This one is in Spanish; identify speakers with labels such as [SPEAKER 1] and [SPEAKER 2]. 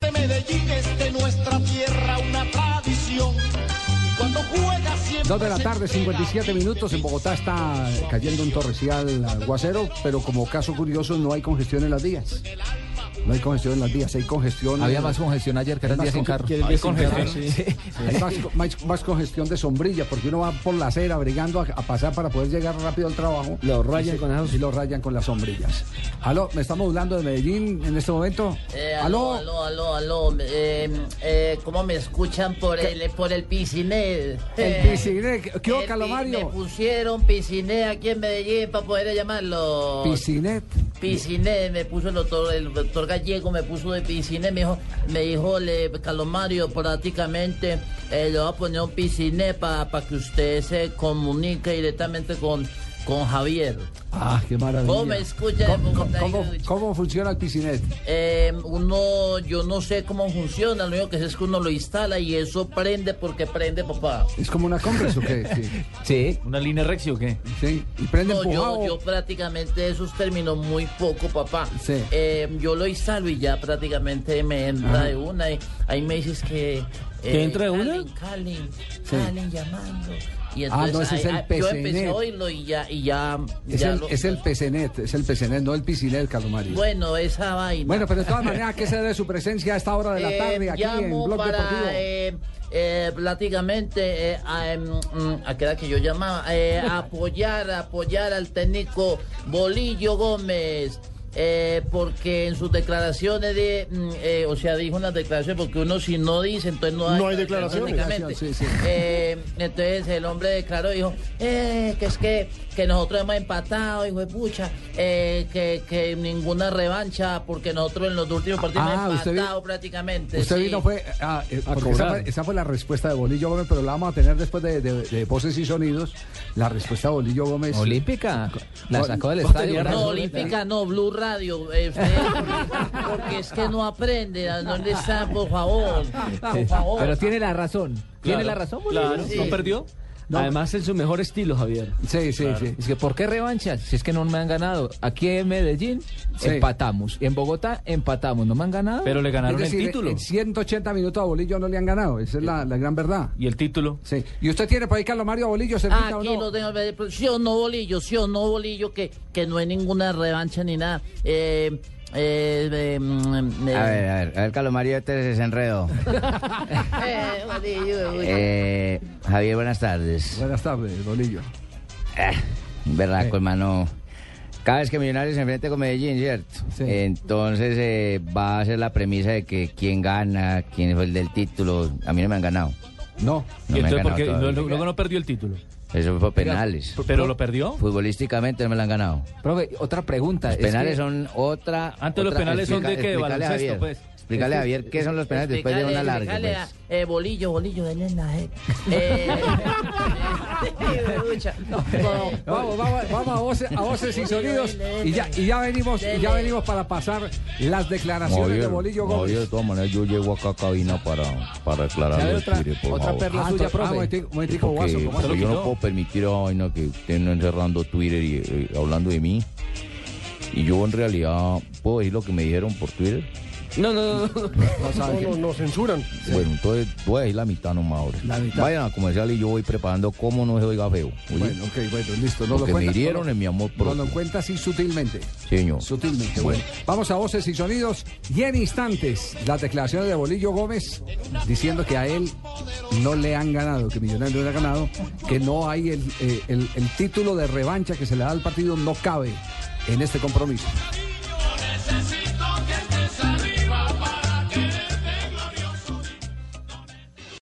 [SPEAKER 1] de Medellín es de nuestra tierra una tradición. Y cuando juega siempre.
[SPEAKER 2] Dos de la tarde, 57 minutos. En Bogotá está cayendo un torrecial aguacero, pero como caso curioso, no hay congestión en las vías. No hay congestión en las vías, hay congestión.
[SPEAKER 3] Había
[SPEAKER 2] en-
[SPEAKER 3] más congestión ayer que eran
[SPEAKER 2] más
[SPEAKER 3] días en
[SPEAKER 2] conge-
[SPEAKER 3] carro.
[SPEAKER 2] que el
[SPEAKER 3] Hay
[SPEAKER 2] día sin carro,
[SPEAKER 3] congestión.
[SPEAKER 2] sí. Hay más, co- más- más congestión de sombrilla, porque uno va por la acera bregando a, a pasar para poder llegar rápido al trabajo.
[SPEAKER 4] Lo rayan
[SPEAKER 2] Y se-
[SPEAKER 4] con las-
[SPEAKER 2] y lo rayan con las sombrillas. Aló, me estamos hablando de Medellín en este momento.
[SPEAKER 5] Eh, aló, aló, aló, aló. Eh, eh, ¿Cómo me escuchan por el, por el pisciné?
[SPEAKER 2] El pisciné, ¿qué- qué hubo,
[SPEAKER 5] El pi- Me
[SPEAKER 2] Calamario?
[SPEAKER 5] pusieron pisciné aquí en Medellín para poder llamarlo.
[SPEAKER 2] Piscinet.
[SPEAKER 5] Pisciné, me puso el doctor, el doctor Gallego, me puso de pisciné, me dijo, me dijo le, Calomario, prácticamente eh, le voy a poner un pisciné para que usted se comunique directamente con, con Javier.
[SPEAKER 2] Ah, qué maravilla.
[SPEAKER 5] ¿Cómo me escucha?
[SPEAKER 2] ¿Cómo,
[SPEAKER 5] Bogotá?
[SPEAKER 2] cómo- cómo funciona el piscinet?
[SPEAKER 5] Eh, uno, yo no sé cómo funciona, lo único que sé es que uno lo instala y eso prende porque prende, papá.
[SPEAKER 2] ¿Es como una compra o qué? Sí.
[SPEAKER 3] Sí.
[SPEAKER 6] ¿Una línea rexi o qué?
[SPEAKER 2] sí. ¿Y prende
[SPEAKER 5] No,
[SPEAKER 2] empujado?
[SPEAKER 5] yo, yo prácticamente esos términos muy poco, papá.
[SPEAKER 2] Sí.
[SPEAKER 5] Eh, yo lo instalo y ya prácticamente me entra de una. Y ahí me dices que. eh,
[SPEAKER 4] ¿Te entra de una?
[SPEAKER 5] Calen, Calen,
[SPEAKER 2] Sí.
[SPEAKER 5] Calen llamando. Y
[SPEAKER 2] Ah,
[SPEAKER 5] entonces,
[SPEAKER 2] no, ese es el
[SPEAKER 5] ahí- ahí- Yo empecé
[SPEAKER 2] PCNet.
[SPEAKER 5] a oírlo y ya. Y ya,
[SPEAKER 2] E Es
[SPEAKER 5] ya
[SPEAKER 2] el,
[SPEAKER 5] lo-
[SPEAKER 2] es el PCnet, es el PCnet, no el piscinet, Calomario.
[SPEAKER 5] Bueno, esa vaina.
[SPEAKER 2] Bueno, pero de todas maneras, ¿qué se debe su presencia a esta hora de la
[SPEAKER 5] Eh,
[SPEAKER 2] tarde aquí en
[SPEAKER 5] llamo
[SPEAKER 2] Blog
[SPEAKER 5] para,
[SPEAKER 2] Deportivo?
[SPEAKER 5] eh, eh, prácticamente eh, a, em, mm, a qué era que yo llamaba Eh, apoyar apoyar al técnico Bolillo Gómez eh, porque en sus declaraciones de mm, eh, o sea dijo unas declaraciones porque uno si no dice entonces no hay,
[SPEAKER 7] No hay declaraciones.
[SPEAKER 5] técnicamente.
[SPEAKER 2] Sí, sí.
[SPEAKER 5] Eh, entonces el hombre declaró dijo eh, que es que que nosotros hemos empatado hijo de pucha eh, que, que ninguna revancha porque nosotros en los últimos partidos
[SPEAKER 2] Ah,
[SPEAKER 5] hemos
[SPEAKER 2] usted vi-
[SPEAKER 5] empatado prácticamente
[SPEAKER 2] Usted
[SPEAKER 5] sí.
[SPEAKER 2] vino fue ah, eh,
[SPEAKER 6] A
[SPEAKER 2] porque esa,
[SPEAKER 6] cobrar.
[SPEAKER 2] fue, esa fue la respuesta de Bolillo Gómez, pero la vamos a tener después de, de- de voces y sonidos. La respuesta de Bolillo Gómez.
[SPEAKER 3] Olímpica. La sacó del
[SPEAKER 2] No,
[SPEAKER 3] estadio.
[SPEAKER 2] tenía
[SPEAKER 5] No,
[SPEAKER 2] razón.
[SPEAKER 5] Olímpica no, Blue Radio. eh, usted, porque es que no aprende. ¿a ¿Dónde está? Por favor. Por favor.
[SPEAKER 3] Pero tiene la razón. Tiene
[SPEAKER 6] Claro.
[SPEAKER 3] la razón, Bolívar?
[SPEAKER 6] Claro,
[SPEAKER 5] Sí.
[SPEAKER 6] ¿no perdió?
[SPEAKER 4] Además, en su mejor estilo, Javier.
[SPEAKER 2] Sí, sí, sí.
[SPEAKER 3] Es que, ¿por qué revanchas? Si es que no me han ganado. Aquí en Medellín
[SPEAKER 2] Sí.
[SPEAKER 3] empatamos. En Bogotá empatamos. ¿No me han ganado?
[SPEAKER 6] Pero le
[SPEAKER 2] Es
[SPEAKER 6] ganaron
[SPEAKER 2] decir,
[SPEAKER 6] el título.
[SPEAKER 2] en 180 minutos a Bolillo no le han ganado. Esa es la, la gran verdad.
[SPEAKER 6] ¿Y el título?
[SPEAKER 2] Sí. ¿Y usted tiene por ahí, Carlos Mario, a Bolillo cerquita o
[SPEAKER 5] Aquí
[SPEAKER 2] no?
[SPEAKER 5] lo tengo. eh, Sí o no, Bolillo. Sí o no, Bolillo. Que, que no hay ninguna revancha ni nada. Eh, eh, eh, mm, eh,
[SPEAKER 8] A ver, a ver, a ver, Calomario, este desenredo.
[SPEAKER 5] eh, Bolillo, uy.
[SPEAKER 8] Eh, Javier, buenas tardes. Ah,
[SPEAKER 2] Buenas tardes, Bolillo.
[SPEAKER 8] Berraco, hermano. Cada vez que Millonarios se enfrenta con Medellín, ¿cierto?
[SPEAKER 2] Sí.
[SPEAKER 8] Entonces eh, va a ser la premisa de que quién gana, quién fue el del título. A mí no me han ganado.
[SPEAKER 2] No.
[SPEAKER 8] No
[SPEAKER 6] ¿Y
[SPEAKER 8] me han
[SPEAKER 6] entonces
[SPEAKER 8] ganado
[SPEAKER 6] por qué?
[SPEAKER 8] todavía.
[SPEAKER 6] Luego luego no perdió el título.
[SPEAKER 8] Eso fue por penales.
[SPEAKER 6] ¿Pero lo perdió?
[SPEAKER 8] Futbolísticamente no me lo han ganado.
[SPEAKER 3] Profe, otra pregunta.
[SPEAKER 8] Los
[SPEAKER 3] es
[SPEAKER 8] penales
[SPEAKER 3] que-
[SPEAKER 8] son otra.
[SPEAKER 6] Antes los
[SPEAKER 8] otra-
[SPEAKER 6] penales son de qué, de
[SPEAKER 8] explícale a
[SPEAKER 6] baloncesto,
[SPEAKER 8] Javier.
[SPEAKER 6] pues.
[SPEAKER 8] Explícale a Javier qué son los penales después de una
[SPEAKER 5] Explícale,
[SPEAKER 8] larga.
[SPEAKER 5] explícale
[SPEAKER 8] pues.
[SPEAKER 5] a- eh, bolillo, bolillo, denle en la jeta. Eh, Ucha.
[SPEAKER 2] Bueno, vamos, vamos, vamos a voces, a voces y sonidos y ya, y ya venimos, y ya venimos para pasar las declaraciones de Bolillo Gómez.
[SPEAKER 8] de todas maneras, yo llego acá a cabina para, para aclarar
[SPEAKER 3] ¿Sabe
[SPEAKER 8] los
[SPEAKER 3] otra,
[SPEAKER 8] tires, por
[SPEAKER 3] otra
[SPEAKER 8] favor.
[SPEAKER 3] perla
[SPEAKER 2] Ah,
[SPEAKER 3] suya,
[SPEAKER 2] entonces- ah,
[SPEAKER 3] profe?
[SPEAKER 2] momentico, momentico,
[SPEAKER 8] Porque,
[SPEAKER 2] Guaso, ¿cómo
[SPEAKER 8] porque
[SPEAKER 2] así?
[SPEAKER 8] yo no puedo permitir a vaina que estén encerrando Twitter y eh, hablando de mí. Y yo en realidad puedo decir lo que me dijeron por Twitter.
[SPEAKER 4] No, no, no. no.
[SPEAKER 2] No sabe
[SPEAKER 7] No,
[SPEAKER 2] qué-
[SPEAKER 7] no, no, censuran.
[SPEAKER 8] Bueno, entonces voy a decir la mitad nomás ahora.
[SPEAKER 2] La mitad.
[SPEAKER 8] Vayan a comercial y yo voy preparando cómo no se oiga feo. ¿oye?
[SPEAKER 2] Bueno, ok, bueno, listo. No
[SPEAKER 8] Lo
[SPEAKER 2] lo
[SPEAKER 8] que me
[SPEAKER 2] cuenta,
[SPEAKER 8] hirieron
[SPEAKER 2] no lo-
[SPEAKER 8] en mi amor
[SPEAKER 2] No lo
[SPEAKER 8] propio.
[SPEAKER 2] cuenta así sutilmente.
[SPEAKER 8] Señor.
[SPEAKER 2] Sutilmente, bueno. Vamos a voces y sonidos y en instantes las declaraciones de Bolillo Gómez diciendo que a él no le han ganado, que Millonarios no le ha ganado, que no hay el, eh, el- el título de revancha que se le da al partido, no cabe en este compromiso.